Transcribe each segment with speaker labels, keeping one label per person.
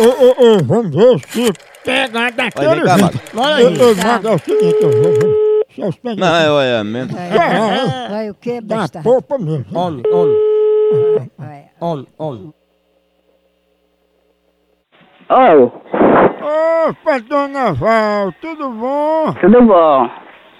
Speaker 1: Ô, ô, ô, vamos ver se pega daquele
Speaker 2: vem cá, Mago.
Speaker 1: jeito. Olha aí. Ô, ô, Mago, é o seguinte, eu vou... Se eu pegar-
Speaker 2: Não, é, olha, mesmo.
Speaker 1: É, é, é,
Speaker 3: Vai o que,
Speaker 1: da
Speaker 3: besta?
Speaker 1: polpa mesmo.
Speaker 4: Homem, homem,
Speaker 3: Vai.
Speaker 4: homem, homem.
Speaker 5: Oi,
Speaker 1: Opa, Dona Val, tudo bom?
Speaker 5: tudo bom?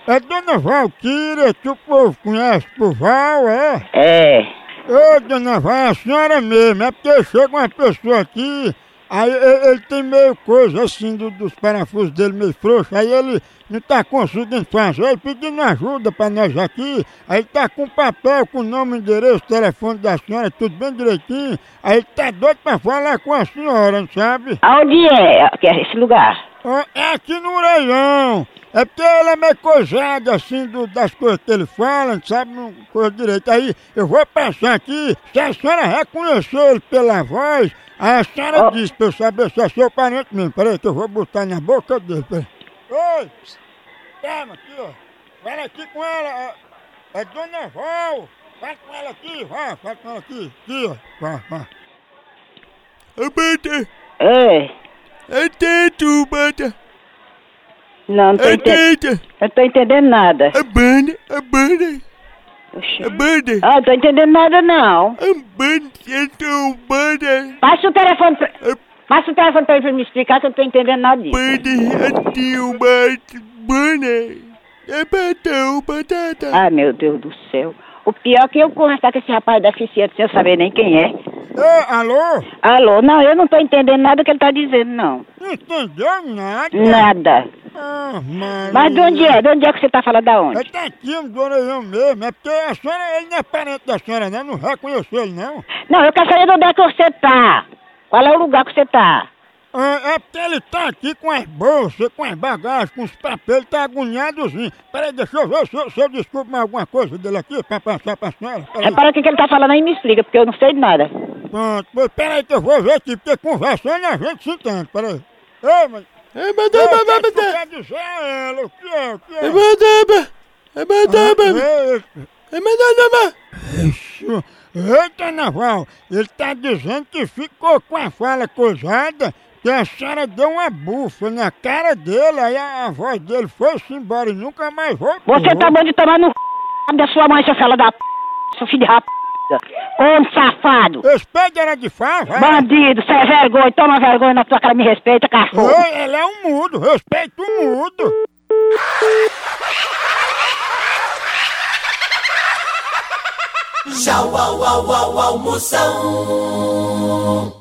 Speaker 1: É Dona Valquíria que o povo conhece por Val, é?
Speaker 5: É,
Speaker 1: Ô, dona Vá, é a senhora mesmo, é porque chega uma pessoa aqui, aí e- ele, tem meio coisa assim do- dos parafusos dele meio frouxo, aí ele não tá conseguindo fazer, ele pedindo ajuda pra nós aqui, aí ele tá com papel com nome, endereço, telefone da senhora, tudo bem direitinho, aí ele tá doido pra falar com a senhora, não sabe?
Speaker 5: aonde é que é esse lugar?
Speaker 1: Ó, É aqui no Uraião. É porque ele é meio coisado, assim, do- das coisas que ele fala, não sabe não coisa direito. Aí eu vou passar aqui, se a senhora reconheceu ele pela voz, aí a senhora
Speaker 5: Ó.
Speaker 1: disse pra eu saber se é seu parente mesmo. Peraí que eu vou botar na boca dele, peraí. Oi! Toma aqui, ó. Fala aqui com ela, é, é Dona Val. Fala com ela aqui, vai, fala com ela aqui. Aqui, ó. Vai, vai.
Speaker 5: É,
Speaker 1: É teto, bata.
Speaker 5: não, não tô, ente... eu tô entendendo nada.
Speaker 1: É banda, é banda,
Speaker 5: Oxi.
Speaker 1: banda.
Speaker 5: Ah, eu tô entendendo nada não.
Speaker 1: É Banda,
Speaker 5: Passa o telefone pra... Passa o telefone pra ele pra me explicar que eu não tô entendendo nada disso.
Speaker 1: banda, tio, bate, banda. É batão, batata.
Speaker 5: Ah, meu Deus do céu. O pior é que eu conversar com esse rapaz deficiente sem eu saber nem quem é.
Speaker 1: Ô, alô?
Speaker 5: Alô, não, eu não tô entendendo nada que ele tá dizendo, não.
Speaker 1: Não entendeu nada?
Speaker 5: Nada.
Speaker 1: Ah,
Speaker 5: Mas de onde é? De onde é que você tá falando da onde?
Speaker 1: É daqui, do Orelhão mesmo. É porque a senhora, ele não é parente da senhora, não. Não reconheceu ele, não.
Speaker 5: Não, eu quero saber de onde é que você tá. Qual é o lugar que você tá?
Speaker 1: Ah, é porque ele tá aqui com as bolsas, com as bagagens, com os papéis, ele tá agoniadozinho. Peraí, deixa eu ver se eu, se eu descubro mais alguma coisa dele aqui pra passar pra senhora. Peraí.
Speaker 5: Repara o que que ele tá falando aí e me explica, porque eu não sei de nada.
Speaker 1: Pronto, pois peraí que eu vou ver aqui, porque conversando a gente se entende, peraí. Ei, mas...
Speaker 2: É
Speaker 1: Eu
Speaker 2: batata,
Speaker 1: quero que tu
Speaker 2: batata.
Speaker 1: quer dizer a ela, o que é, o que é?
Speaker 2: É batata. É batata.
Speaker 1: Ah,
Speaker 2: É batata.
Speaker 1: Isso. Eita, Naval, ele tá dizendo que ficou com a fala coisada, que a senhora deu uma bufa na cara dele, aí a, a voz dele foi-se embora e nunca mais voltou.
Speaker 5: Você tá bom de tomar no c... da sua mãe, seu fela da p... seu filho de rap... Homem safado,
Speaker 1: Esse pé era de fava? é?
Speaker 5: bandido, sem vergonha, toma vergonha na tua cara, me respeita, cachorro.
Speaker 1: Ei, ele é um mudo, respeita o mudo.
Speaker 6: Tchau, au, au, au, almoção.